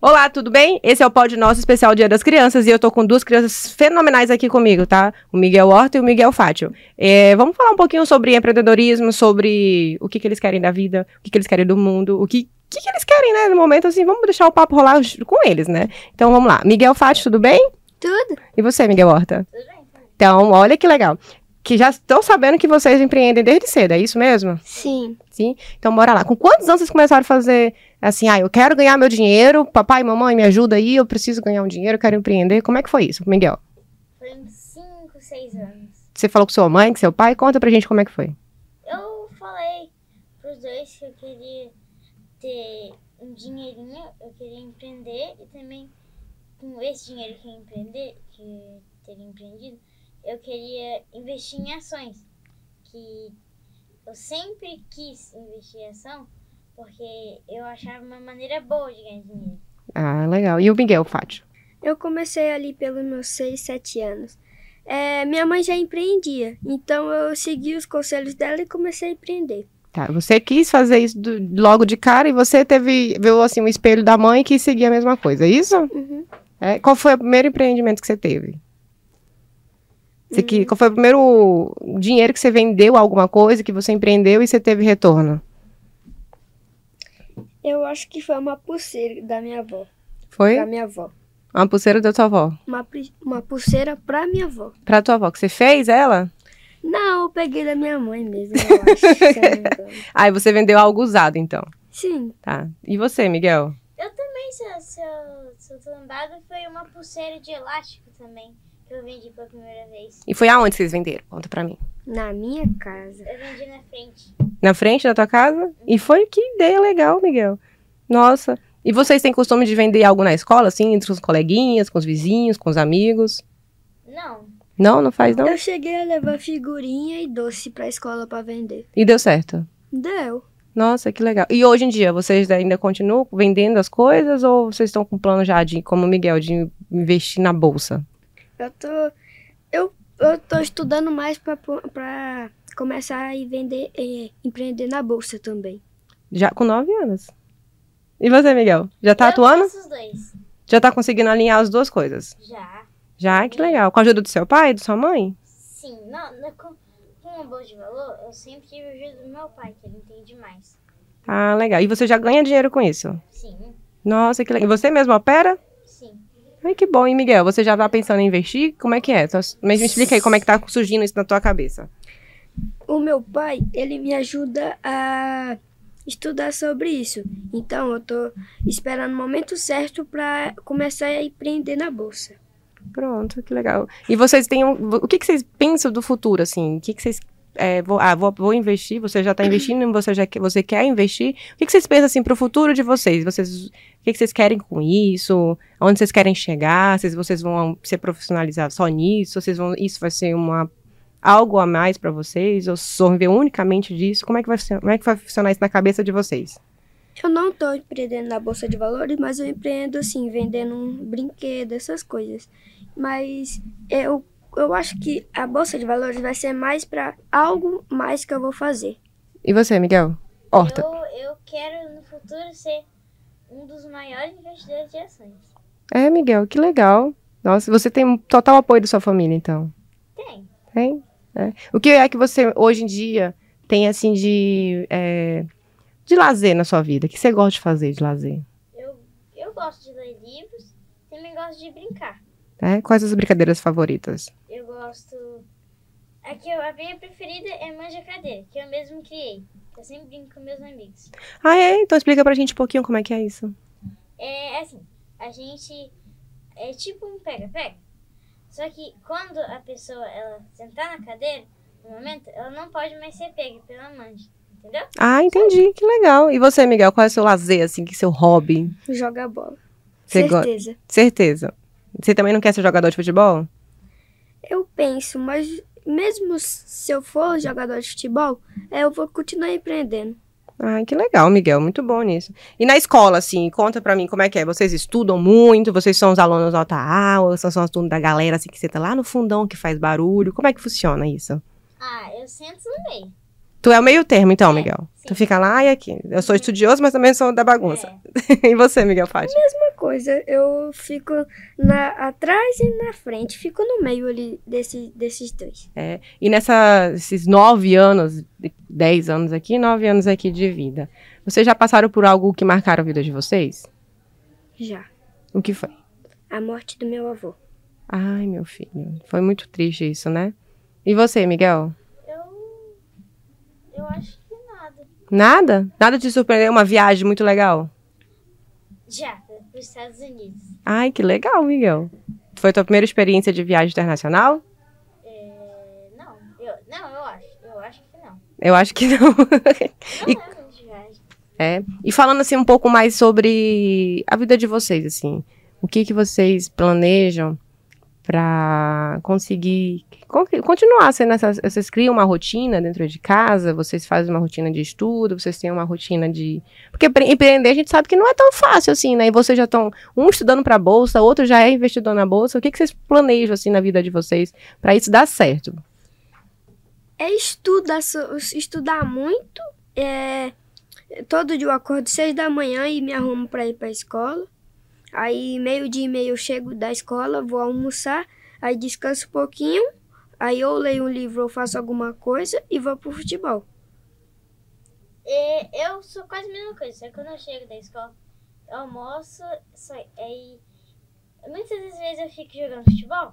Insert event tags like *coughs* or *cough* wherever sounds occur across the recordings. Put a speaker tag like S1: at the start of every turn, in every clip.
S1: Olá, tudo bem? Esse é o Pod Nosso Especial Dia das Crianças e eu tô com duas crianças fenomenais aqui comigo, tá? O Miguel Horta e o Miguel Fátio. É, vamos falar um pouquinho sobre empreendedorismo, sobre o que, que eles querem da vida, o que, que eles querem do mundo, o que, que, que eles querem, né? No momento, assim, vamos deixar o papo rolar com eles, né? Então vamos lá. Miguel Fátio, tudo bem?
S2: Tudo.
S1: E você, Miguel Horta?
S2: Tudo bem.
S1: Então, olha que legal. Que já estão sabendo que vocês empreendem desde cedo, é isso mesmo?
S2: Sim.
S1: Sim? Então, bora lá. Com quantos anos vocês começaram a fazer assim, ah, eu quero ganhar meu dinheiro, papai, mamãe, me ajuda aí, eu preciso ganhar um dinheiro, eu quero empreender. Como é que foi isso, Miguel?
S2: Foi uns 5, 6 anos.
S1: Você falou com sua mãe, com seu pai? Conta pra gente como é que foi.
S2: Eu falei pros dois que eu queria ter um dinheirinho, eu queria empreender e também com esse dinheiro que eu empreender, que eu teria empreendido, eu queria investir em ações. Que eu sempre quis investir em ação porque eu achava uma maneira boa de ganhar dinheiro.
S1: Ah, legal. E o Miguel, Fátio?
S3: Eu comecei ali pelos meus 6, 7 anos. É, minha mãe já empreendia, então eu segui os conselhos dela e comecei a empreender.
S1: Tá, você quis fazer isso do- logo de cara e você teve, viu assim, o espelho da mãe que seguia a mesma coisa, é isso?
S3: Uhum.
S1: É, qual foi o primeiro empreendimento que você teve? Você
S3: Hum.
S1: que, qual foi o primeiro dinheiro que você vendeu alguma coisa, que você empreendeu e você teve retorno?
S3: Eu acho que foi uma pulseira da minha avó.
S1: Foi?
S3: Da minha avó.
S1: Uma pulseira da tua avó.
S3: Uma, pri- uma pulseira pra minha avó.
S1: Pra tua avó, que você fez ela?
S3: Não, eu peguei da minha mãe mesmo, eu acho. se eu não me
S1: *laughs*
S3: engano.
S1: Aí você vendeu algo usado, então.
S3: Sim,
S1: Tá. E você, Miguel?
S2: Também, seu, seu, seu trombado foi uma pulseira de elástico também, que eu vendi pela primeira vez.
S1: E foi aonde vocês venderam? Conta pra mim.
S3: na minha casa.
S2: Eu vendi na frente.
S1: Na frente da tua casa? E foi que ideia legal, Miguel. Nossa. E vocês têm costume de vender algo na escola, assim, entre os coleguinhas, com os vizinhos, com os amigos?
S2: Não,
S1: Não, não faz não?
S3: Eu cheguei a levar figurinha e doce pra escola pra vender.
S1: E deu certo.
S3: Deu.
S1: Nossa, que legal. E hoje em dia, vocês ainda continuam vendendo as coisas ou vocês estão com um plano já de, como o Miguel, de investir na bolsa?
S3: Eu tô. Eu, eu tô estudando mais pra, po- pra começar a vender, eh, empreender na bolsa também.
S1: Já com nove anos. E você, Miguel? Já tá
S2: eu
S1: atuando?
S2: faço os dois.
S1: Já tá conseguindo alinhar as duas coisas?
S2: Já.
S1: Já, que legal. Com a ajuda do seu pai, da sua mãe?
S2: Sim, não, não, com, com o bolsa de valor, eu sempre tive a ajuda do meu pai, que ele entende mais.
S1: Ah, legal. E você já ganha dinheiro com isso?
S2: Sim,
S1: Nossa, que legal. E você mesmo opera?
S2: sim.
S1: Ai, que bom. E Miguel, você já tá pensando em investir? Como é que é? Então, Mas me explica aí como é que tá surgindo isso na tua cabeça.
S3: O meu pai, ele me ajuda a estudar sobre isso. Então eu tô esperando o momento certo pra começar a empreender na bolsa.
S1: Pronto, que legal. E vocês têm um... O que, que vocês pensam do futuro, assim? O que, que vocês... é, vou, ah, vou, vou investir, você já tá *coughs* investindo, você já que- você quer investir. O que, que vocês pensam, assim, pro futuro de vocês? vocês o que, que vocês querem com isso? Onde vocês querem chegar? Se vocês vão se profissionalizar só nisso? Vocês vão, isso vai ser uma... Algo a mais pra vocês? Ou só viver unicamente disso? Como é, que vai, funcionar- como é que vai funcionar isso na cabeça de vocês?
S3: Eu não tô empreendendo na bolsa de valores, mas eu empreendo assim, vendendo um brinquedo, essas coisas. Mas eu, eu acho que a bolsa de valores vai ser mais pra algo mais que eu vou fazer.
S1: E você, Miguel? Horta.
S2: Eu, eu quero no futuro ser um dos maiores investidores de ações.
S1: É, Miguel, que legal. Nossa, você tem um total apoio da sua família, então.
S2: Tem.
S1: Tem? É. O que é que você, hoje em dia, tem, assim, de... é, de lazer na sua vida? O que você gosta de fazer de lazer?
S2: Eu, eu gosto de ler livros, também gosto de brincar.
S1: É? Quais as brincadeiras favoritas?
S2: Eu gosto. A, que eu- a minha preferida é Manja Cadeira, que eu mesmo criei. Eu sempre brinco com meus amigos.
S1: Ah, é? Então explica pra gente um pouquinho como é que é isso.
S2: É assim, a gente. É tipo um pega-pega. Só que quando a pessoa ela sentar na cadeira, no momento, ela não pode mais ser pega pela manja. Entendeu?
S1: Ah, entendi. Que legal. E você, Miguel, qual é o seu lazer, assim, que seu hobby?
S3: Jogar bola.
S1: Você gosta?
S3: Certeza.
S1: Certeza. Você também não quer ser jogador de futebol?
S3: Eu penso, mas mesmo se eu for jogador de futebol, eh, eu vou continuar empreendendo.
S1: Ai, que legal, Miguel, muito bom nisso. E na escola, assim, conta pra mim como é que é. Vocês estudam muito, vocês são os alunos nota A, ou são só os alunos da galera, assim, que senta lá no fundão, que faz barulho. Como é que funciona isso?
S2: Ah, eu sento no meio.
S1: Tu é o meio termo, então, Miguel?
S2: Sim.
S1: Tu fica lá e aqui. Eu sou estudioso, mas também sou da
S2: É,
S1: bagunça. *laughs* e você, Miguel Fátima?
S3: Uma coisa, eu fico na, atrás e na frente, fico no meio ali desse, desses dois.
S1: E nessa, esses nove anos, dez anos aqui, nove anos aqui de vida, vocês já passaram por algo que marcaram a vida de vocês?
S3: Já.
S1: O que foi?
S3: A morte do meu avô.
S1: Ai, meu filho, foi muito triste isso, né? E você, Miguel?
S2: Eu. Eu acho que nada.
S1: Nada? Nada te surpreendeu? Uma viagem muito legal?
S2: Já, para os Estados Unidos.
S1: Ai, que legal, Miguel. Foi tua primeira experiência de viagem internacional?
S2: É, não, eu, não, eu acho. Eu acho que não.
S1: Eu acho que não. *laughs*
S2: Não
S1: E-
S2: lembro de viagem.
S1: É. E falando assim um pouco mais sobre a vida de vocês, assim, o que que vocês planejam para conseguir con- continuar sendo essas, vocês criam uma rotina dentro de casa, vocês fazem uma rotina de estudo, vocês têm uma rotina de porque empre- empreender a gente sabe que não é tão fácil assim, né? E vocês já estão um estudando para bolsa, outro já é investidor na bolsa. O que que vocês planejam assim na vida de vocês para isso dar certo?
S3: É estudar, so- estudar muito. É, todo dia eu acordo seis da manhã e me arrumo para ir para escola. Aí, meio dia e meio, eu chego da escola, vou almoçar, aí descanso um pouquinho. Aí, eu leio um livro ou faço alguma coisa e vou pro futebol.
S2: É, eu sou quase a mesma coisa, só que quando eu chego da escola, eu almoço, só, aí. Muitas das vezes eu fico jogando futebol,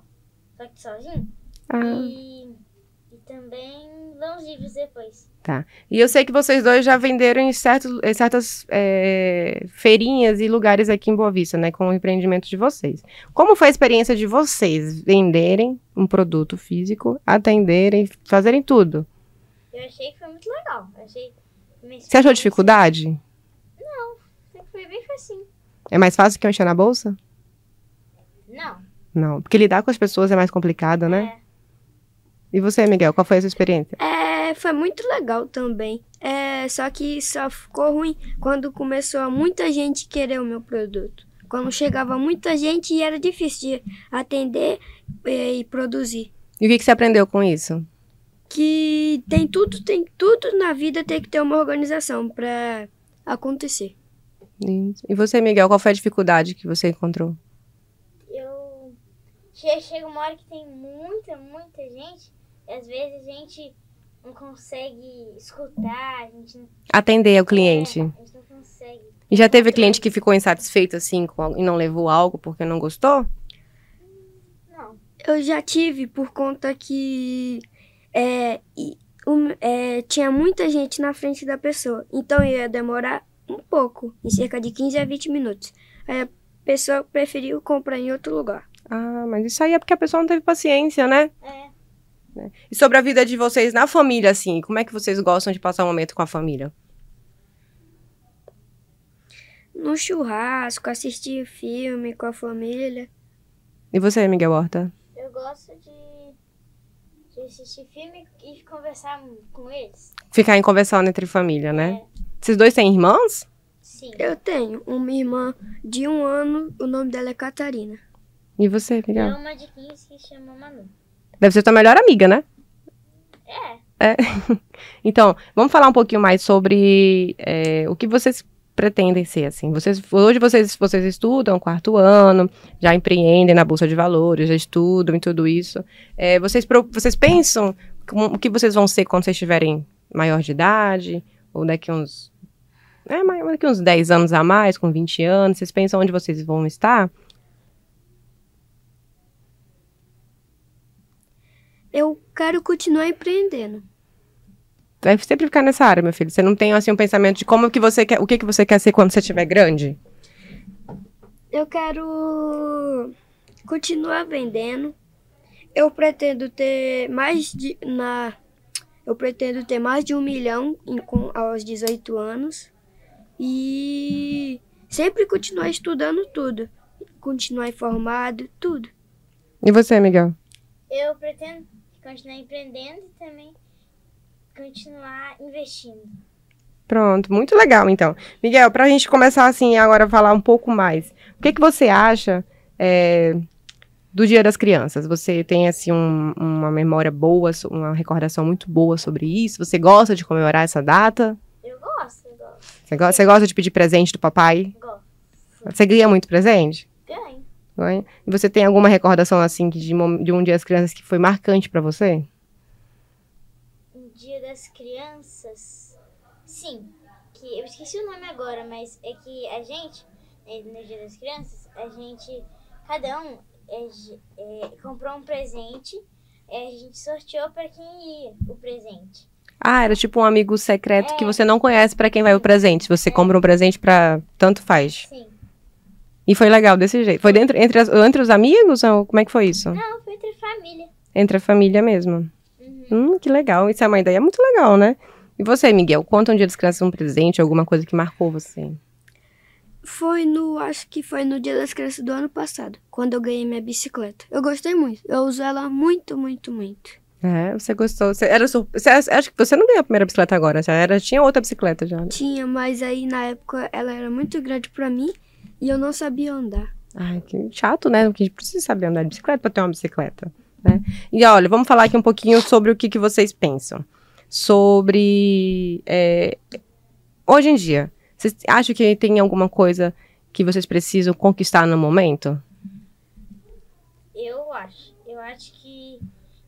S2: só que sozinho. Ah, E, e também vão os livros depois.
S1: E eu sei que vocês dois já venderam em, certos, em certas eh, feirinhas e lugares aqui em Boa Vista, né? Com o empreendimento de vocês. Como foi a experiência de vocês venderem um produto físico, atenderem, fazerem tudo?
S2: Eu achei que foi muito legal. eu Achei minha
S1: Você achou
S2: experiência-
S1: dificuldade?
S2: Só que Foi bem facinho.
S1: É mais fácil que eu encher na bolsa?
S2: Não.
S1: Não, porque lidar com as pessoas é mais complicado, né?
S2: É,
S1: E você, Miguel, qual foi a sua experiência?
S3: É, foi muito legal também. É, só que só ficou ruim quando começou a muita gente querer o meu produto. Quando chegava muita gente e era difícil de atender é, e produzir.
S1: E o que, que você aprendeu com isso?
S3: Que tem tudo, tem tudo na vida tem que ter uma organização pra acontecer.
S1: E e você, Miguel, qual foi a dificuldade que você encontrou?
S2: eu. che- Chega uma hora que tem muita, muita gente. E às vezes a gente não consegue escutar, a gente não,
S1: Atender ao cliente.
S2: a gente não consegue.
S1: E já teve cliente que ficou insatisfeito assim com al- e não levou algo porque não gostou?
S2: Não.
S3: Eu já tive por conta que é, e um- é, tinha muita gente na frente da pessoa. Então ia demorar um pouco, em cerca de 15 a 20 minutos. Aí a pessoa preferiu comprar em outro lugar.
S1: Ah, mas isso aí é porque a pessoa não teve paciência, né?
S2: É.
S1: E sobre a vida de vocês na família, assim, como é que vocês gostam de passar o momento com a família?
S3: No churrasco, assistir filme com a família.
S1: E você, Miguel Horta?
S2: Eu gosto de, de assistir filme e conversar com eles.
S1: Ficar em conversando entre família, né? Vocês dois têm irmãos?
S2: Sim.
S3: Eu tenho uma irmã de um ano, o nome dela é Catarina.
S1: E você,
S2: É
S1: Miguel?
S2: uma de 15 que chama Manu.
S1: Deve ser tua melhor amiga, né?
S2: É.
S1: *laughs* Então, vamos falar um pouquinho mais sobre é, o que vocês pretendem ser, assim. Vocês, hoje vocês, vocês estudam quarto ano, já empreendem na Bolsa de Valores, já estudam e tudo isso. É, vocês, pro- vocês pensam como- o que vocês vão ser quando vocês tiverem maior de idade? Ou daqui uns... É, mais- daqui uns 10 anos a mais, com 20 anos, vocês pensam onde vocês vão estar?
S3: Eu quero continuar empreendendo.
S1: Deve sempre ficar nessa área, meu filho. Você não tem, assim, um pensamento de como que você quer... O que que você quer ser quando você estiver grande?
S3: Eu quero continuar vendendo. Eu pretendo ter mais de na eu pretendo ter mais de um milhão em- com, aos 18 anos e sempre continuar estudando tudo, continuar informado, tudo.
S1: E você, Miguel?
S2: Eu pretendo continuar empreendendo e também continuar investindo.
S1: Pronto, muito legal então. Miguel, pra gente começar assim agora a falar um pouco mais, o que que você acha é, do Dia das Crianças? Você tem assim um- uma memória boa, so- uma recordação muito boa sobre isso? Você gosta de comemorar essa data?
S2: Eu gosto.
S1: Você go- você gosta de pedir presente do papai?
S2: Gosto.
S1: Você ganha muito presente?
S2: Ganho.
S1: Ganha. E você tem alguma recordação, assim, que de, mom- de um dia das crianças que foi marcante pra você?
S2: No Um Dia das Crianças. Sim. Que eu esqueci o nome agora, mas é que a gente, né, no Dia das Crianças, a gente, cada um é, ge- é, comprou um presente e a gente sorteou pra quem ia o presente.
S1: Ah, era tipo um amigo secreto que
S2: É.
S1: você não conhece pra quem vai o presente. Se você compra um presente pra... tanto faz.
S2: Sim.
S1: E foi legal desse jeito. Foi dentro, entre, as- entre os amigos ou como é que foi isso?
S2: Não, Ah, foi entre família.
S1: Entre a família mesmo.
S2: Uhum.
S1: Hum, que legal. Isso é uma ideia muito legal, né? E você, Miguel, conta um dia das crianças um presente, alguma coisa que marcou você?
S3: Foi no, acho que foi no Dia das Crianças do ano passado, quando eu ganhei minha bicicleta. Eu gostei muito, eu uso ela muito, muito, muito.
S1: É, você gostou. Você era sur... você, acho que você não ganhou a primeira bicicleta agora, já era, tinha outra bicicleta já. né?
S3: Tinha, mas aí na época ela era muito grande pra mim e eu não sabia andar.
S1: Ai, que chato, né? Porque a gente precisa saber andar de bicicleta pra ter uma bicicleta, né? E olha, vamos falar aqui um pouquinho sobre o que, que vocês pensam. Sobre. é, hoje em dia, vocês acham que tem alguma coisa que vocês precisam conquistar no momento?
S2: Eu acho. Eu acho que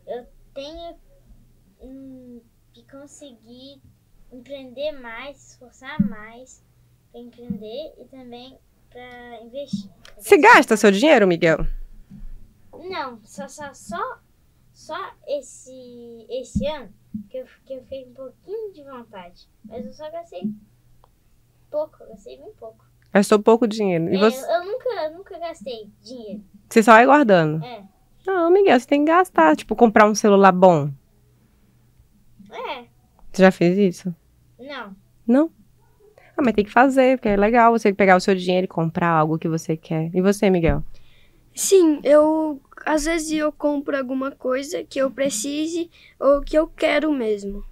S2: eu tenho hum, que conseguir empreender mais, esforçar mais para empreender e também para investir.
S1: Você gasta seu dinheiro, Miguel?
S2: Não, só, só, só, só esse, esse ano que eu, que eu fiquei com um pouquinho de vontade. Mas eu só gastei pouco, eu gastei bem pouco.
S1: Gastou pouco dinheiro. E
S2: É,
S1: você,
S2: eu, eu nunca, eu nunca gastei dinheiro.
S1: você só vai guardando.
S2: É.
S1: Não, Miguel, você tem que gastar. Tipo, comprar um celular bom.
S2: É,
S1: Você já fez isso?
S2: não.
S1: Não? Ah, mas tem que fazer, porque é legal você pegar o seu dinheiro e comprar algo que você quer. E você, Miguel?
S3: Sim, eu às vezes eu compro alguma coisa que eu precise ou que eu quero mesmo.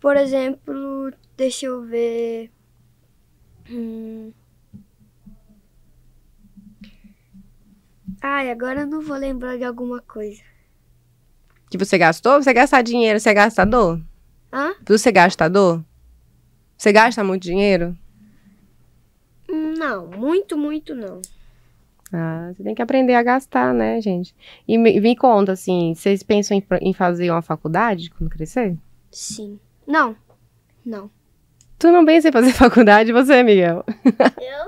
S3: Por exemplo, deixa eu ver. Hum. Ai, agora eu não vou lembrar de alguma coisa.
S1: Que Tipo, você gastou? Você gastar dinheiro, você é gastador?
S3: Hã?
S1: Você é gastador? Você gasta muito dinheiro?
S3: Não, muito, muito não.
S1: Ah, você tem que aprender a gastar, né, gente? E me, me conta, assim, vocês pensam em, pra- em fazer uma faculdade quando crescer?
S3: Sim. Não. Não.
S1: Tu não pensa em fazer *laughs* faculdade, você, Miguel?
S2: Eu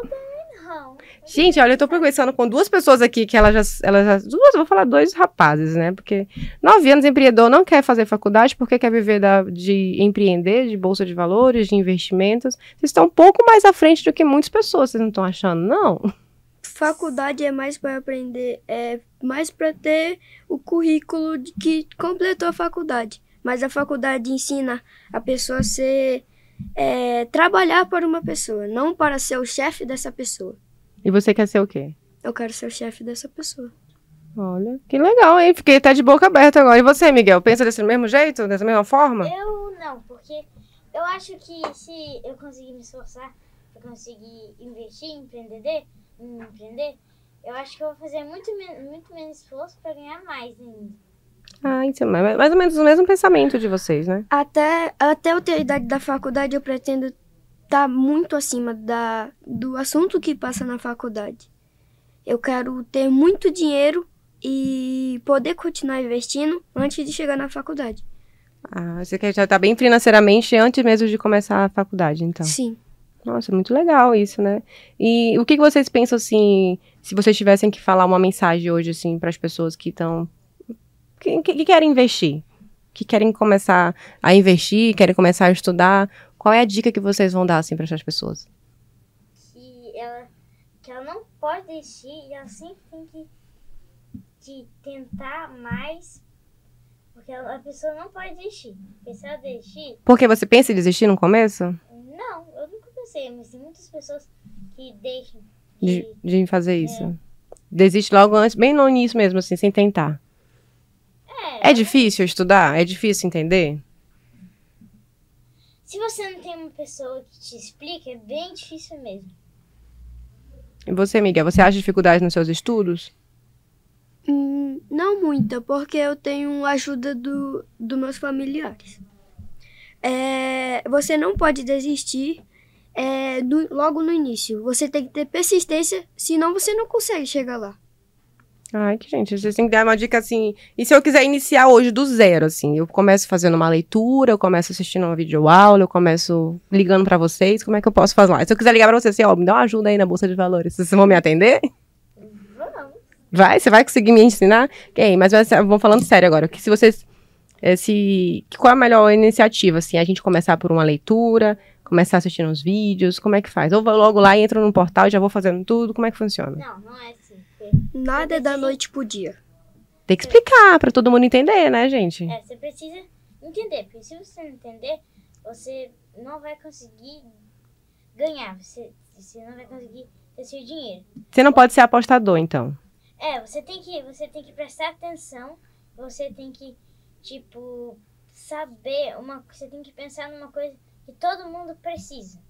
S2: também não.
S1: *laughs* Gente, olha, eu tô conversando com duas pessoas aqui que elas já, elas já- Duas, eu vou falar dois rapazes, né? Porque nove anos empreendedor não quer fazer faculdade porque quer viver da- de empreender, de bolsa de valores, de investimentos. Vocês estão um pouco mais à frente do que muitas pessoas, vocês não estão achando, não?
S3: Faculdade é mais para aprender, é mais para ter o currículo de que completou a faculdade. Mas a faculdade ensina a pessoa a ser. é, trabalhar para uma pessoa, não para ser o chefe dessa pessoa.
S1: E você quer ser o quê?
S3: Eu quero ser o chefe dessa pessoa.
S1: Olha, que legal, hein? Fiquei até de boca aberta agora. E você, Miguel, pensa desse mesmo jeito? Dessa mesma forma?
S2: Eu não, porque eu acho que se eu conseguir me esforçar, eu conseguir investir em empreender, em empreender, eu acho que eu vou fazer muito, men- muito menos esforço para ganhar mais ainda.
S1: Ah, então, é mais ou menos o mesmo pensamento de vocês, né?
S3: Até, até eu ter a idade da faculdade, eu pretendo estar muito acima da, do assunto que passa na faculdade. Eu quero ter muito dinheiro e poder continuar investindo antes de chegar na faculdade.
S1: Ah, você quer já estar bem financeiramente antes mesmo de começar a faculdade, então.
S3: Sim.
S1: Nossa, é muito legal isso, né? E o que que vocês pensam, assim, se vocês tivessem que falar uma mensagem hoje, assim, para as pessoas que estão. Que, que- que querem investir? Que querem começar a investir, querem começar a estudar? Qual é a dica que vocês vão dar, assim, para essas pessoas?
S2: Que ela, que ela não pode desistir e ela sempre tem que, que tentar mais, porque ela- a pessoa não pode desistir. Porque se ela desistir,
S1: Porque você pensa em desistir no começo?
S2: não, eu nunca pensei, mas tem muitas pessoas que deixam.
S1: De,
S2: Que,
S1: de fazer isso? Desiste logo antes, bem no início mesmo, assim, sem tentar. É difícil estudar? É difícil entender?
S2: Se você não tem uma pessoa que te explica, é bem difícil mesmo.
S1: E você, Miguel, você acha dificuldade nos seus estudos?
S3: Hum, não muita, porque eu tenho a ajuda do, dos meus familiares. É, você não pode desistir é, no- logo no início. Você tem que ter persistência, senão você não consegue chegar lá.
S1: Ai, que gente, vocês têm que dar uma dica assim. E se eu quiser iniciar hoje do zero, assim, eu começo fazendo uma leitura, eu começo assistindo uma videoaula, eu começo ligando pra vocês, como é que eu posso fazer lá? Se eu quiser ligar pra vocês, assim, ó, me dá uma ajuda aí na Bolsa de Valores, vocês vão me atender?
S2: Vamos.
S1: Vai? Você vai conseguir me ensinar? Ok, mas vai ser- vamos falando sério agora, que se vocês. eh, se- que qual é a melhor iniciativa, assim? A gente começar por uma leitura, começar assistindo os vídeos, como é que faz? Ou vou logo lá, entro num portal e já vou fazendo tudo, como é que funciona?
S2: Não, não é assim. porque-
S3: Nada é da noite pro dia.
S1: Tem que explicar pra todo mundo entender, né, gente?
S2: É, você precisa entender, porque se você não entender, você não vai conseguir ganhar, você, você não vai conseguir ter seu dinheiro.
S1: Você não pode ser apostador, então.
S2: É, você tem que, você tem que prestar atenção, você tem que, tipo, saber uma, você tem que pensar numa coisa que todo mundo precisa.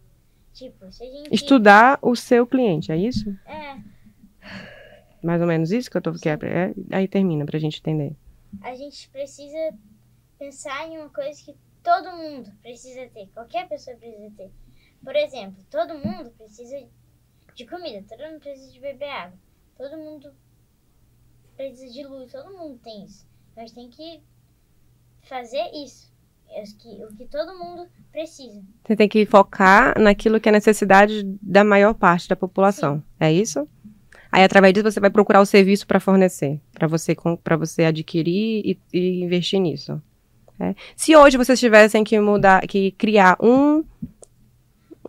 S2: Tipo, se a gente
S1: Estudar o seu cliente, é isso?
S2: é,
S1: Mais ou menos isso que eu tô querendo. É, aí termina pra gente entender.
S2: a gente precisa pensar em uma coisa que todo mundo precisa ter, qualquer pessoa precisa ter. Por exemplo, todo mundo precisa de comida, todo mundo precisa de beber água, todo mundo precisa de luz, todo mundo tem isso. Nós tem que fazer isso, é o que, o que todo mundo precisa.
S1: Você tem que focar naquilo que é necessidade da maior parte da população. É isso? Aí através disso você vai procurar o serviço para fornecer, para você para você adquirir e, e investir nisso. né? Se hoje vocês tivessem que mudar, que criar um,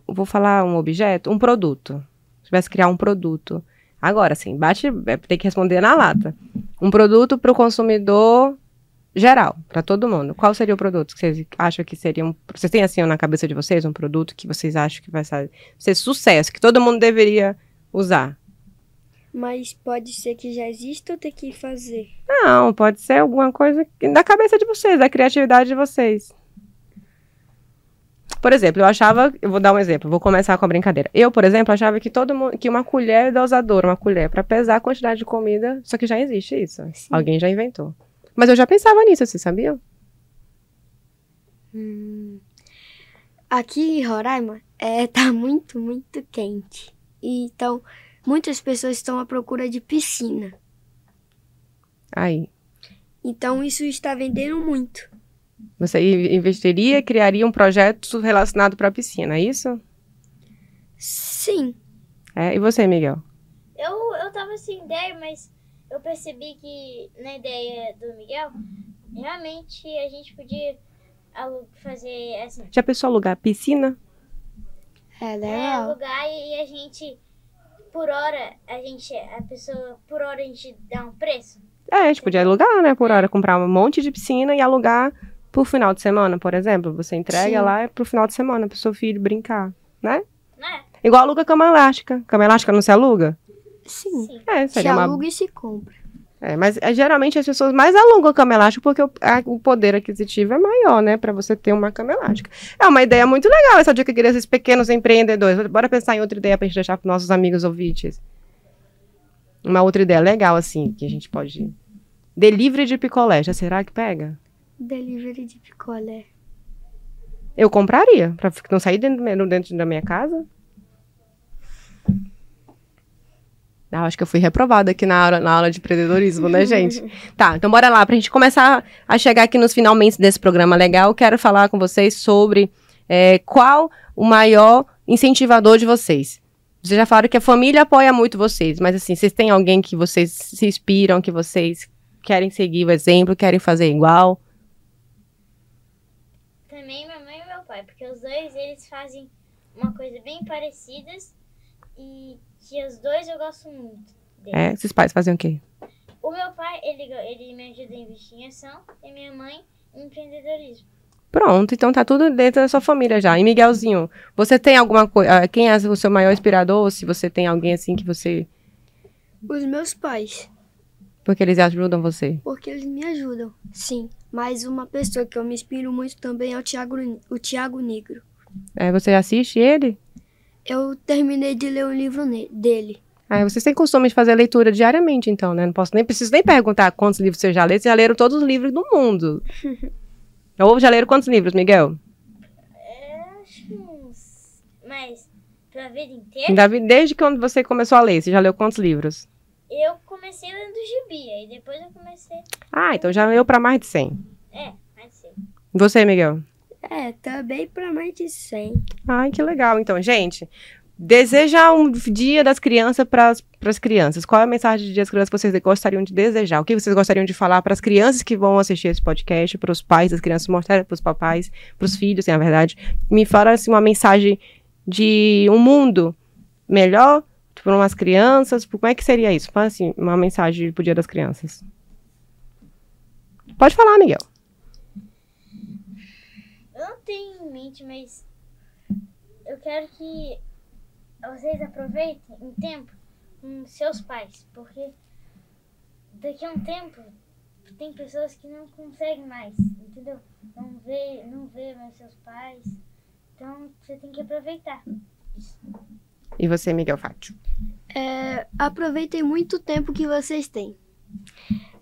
S1: vou falar um objeto, um produto, tivesse que criar um produto. Agora, assim, bate, é, tem que responder na lata. Um produto para o consumidor geral, para todo mundo. Qual seria o produto que vocês acham que seria um. Vocês têm assim na cabeça de vocês um produto que vocês acham que vai sa- ser sucesso, que todo mundo deveria usar?
S3: Mas pode ser que já exista ou ter que fazer.
S1: Não, pode ser alguma coisa que- da cabeça de vocês, da criatividade de vocês. Por exemplo, eu achava, eu vou dar um exemplo, vou começar com a brincadeira. Eu, por exemplo, achava que todo mundo, que uma colher é dosadora, uma colher para pesar a quantidade de comida, só que já existe isso.
S3: Sim.
S1: Alguém já inventou. Mas eu já pensava nisso, vocês sabiam?
S3: Aqui em Roraima é, *laughs* tá muito, muito quente. E, então, muitas pessoas estão à procura de piscina.
S1: Aí,
S3: Então, isso está vendendo muito.
S1: Você in- investiria e criaria um projeto relacionado para a piscina, é isso?
S3: Sim,
S1: É, e você, Miguel?
S2: Eu, eu tava sem ideia, mas eu percebi que na ideia do Miguel, realmente a gente podia alu- fazer assim.
S1: Já pensou alugar a piscina?
S3: é
S2: É,
S3: legal.
S2: lugar e e a gente, por hora, a gente, a pessoa, por hora a gente dá um preço.
S1: É, a gente podia alugar, né, por hora, comprar um monte de piscina e alugar por final de semana, por exemplo. Você entrega
S3: Sim.
S1: lá é pro final de semana pro seu filho brincar, né?
S2: Né?
S1: Igual aluga cama elástica. Cama elástica não se aluga?
S3: Sim,
S2: Sim.
S1: É,
S3: se
S1: seria uma
S3: aluga e se compra.
S1: É, mas é, geralmente as pessoas mais alongam a cama elástica porque o, a- o poder aquisitivo é maior, né? Pra você ter uma cama elástica. É uma ideia muito legal essa dica que eu queria esses pequenos empreendedores. Bora pensar em outra ideia pra gente deixar pros nossos amigos ouvintes. Uma outra ideia legal, assim, que a gente pode. Delivery de picolé, já será que pega?
S3: Delivery de picolé.
S1: Eu compraria, pra fi- não sair dentro, do meu- dentro da minha casa. Ah, acho que eu fui reprovada aqui na aula, na aula de empreendedorismo, né, gente? tá, então bora lá, pra gente começar a chegar aqui nos finalmente desse programa legal, quero falar com vocês sobre é, qual o maior incentivador de vocês. Vocês já falaram que a família apoia muito vocês, mas assim, vocês têm alguém que vocês se inspiram, que vocês querem seguir o exemplo, querem fazer igual?
S2: Também minha mãe e meu pai, porque os dois, eles fazem uma coisa bem parecidas e que os dois eu gosto muito.
S1: É, esses pais fazem o quê?
S2: O meu pai, ele, go- ele me ajuda em investigação e minha mãe em empreendedorismo.
S1: Pronto, então tá tudo dentro da sua família já. E Miguelzinho, você tem alguma coisa. Quem é o seu maior inspirador? Ou se você tem alguém assim que você.
S3: Os meus pais.
S1: Porque eles ajudam você.
S3: Porque eles me ajudam. Sim, mas uma pessoa que eu me inspiro muito também é o Tiago, o Tiago Negro.
S1: É, você assiste ele?
S3: Eu terminei de ler um livro ne- dele.
S1: Ah, vocês têm costume de fazer leitura diariamente, então, né? Não posso nem preciso nem perguntar quantos livros vocês já leram. Vocês já leram todos os livros do mundo. Ou já leram quantos livros, Miguel?
S2: Acho que uns Mas pra vida inteira,
S1: Ainda vi- Desde quando você começou a ler, você já leu quantos livros?
S2: eu comecei lendo gibi, aí depois eu comecei.
S1: Ah, então já leu pra mais de 100.
S2: É, assim.
S1: Você, Miguel?
S3: É, também pra mais de 100.
S1: Ai, que legal. Então, gente, deseja um dia das crianças para as crianças. Qual é a mensagem de dia das crianças que vocês gostariam de desejar? O que vocês gostariam de falar para as crianças que vão assistir esse podcast, para os pais das crianças, mostrar para os papais, para os filhos, assim, na verdade. Me fala assim, uma mensagem de um mundo melhor para umas crianças. Como é que seria isso? Fala assim, uma mensagem pro dia das crianças. Pode falar, Miguel.
S2: Eu não tenho em mente, mas eu quero que vocês aproveitem um tempo com seus pais, porque daqui a um tempo tem pessoas que não conseguem mais, entendeu? Não vê, não vê mais seus pais. Então você tem que aproveitar.
S1: E você, Miguel Fátio.
S3: Aproveitem muito o tempo que vocês têm.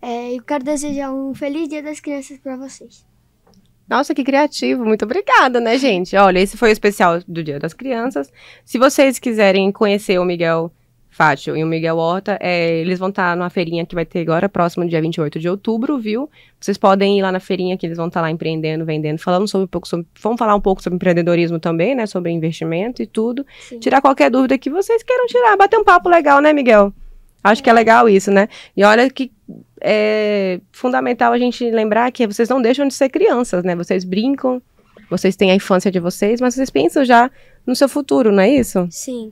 S3: É, eu quero desejar um feliz Dia das Crianças pra vocês.
S1: Nossa, que criativo. Muito obrigada, né, gente? Olha, esse foi o especial do Dia das Crianças. Se vocês quiserem conhecer o Miguel Fátio e o Miguel Horta, é, eles vão estar numa feirinha que vai ter agora, próximo dia 28 de outubro, viu? Vocês podem ir lá na feirinha que eles vão estar lá empreendendo, vendendo, falando sobre um pouco sobre. Vamos falar um pouco sobre empreendedorismo também, né? Sobre investimento e tudo.
S3: Sim.
S1: Tirar qualquer dúvida que vocês queiram tirar. Bater um papo legal, né, Miguel? Acho que é legal isso, né? E olha que é fundamental a gente lembrar que vocês não deixam de ser crianças, né? Vocês brincam, vocês têm a infância de vocês, mas vocês pensam já no seu futuro, não é isso?
S3: Sim.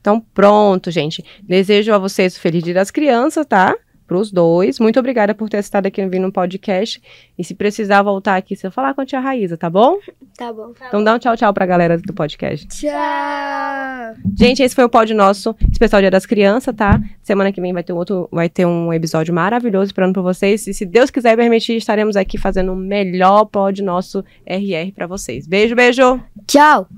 S1: Então, pronto, gente. Desejo a vocês o feliz dia das crianças, tá? Para os dois. Muito obrigada por ter estado aqui no podcast. E se precisar voltar aqui, se eu falar com a tia Raíza, tá bom?
S3: Tá bom.
S1: Então dá um tchau, tchau pra galera do podcast.
S3: Tchau!
S1: Gente, esse foi o pod nosso especial Dia das Crianças, tá? Semana que vem vai ter um outro, vai ter um episódio maravilhoso esperando por vocês. E se Deus quiser e permitir, estaremos aqui fazendo o melhor pod nosso RR pra vocês. Beijo, beijo.
S3: Tchau!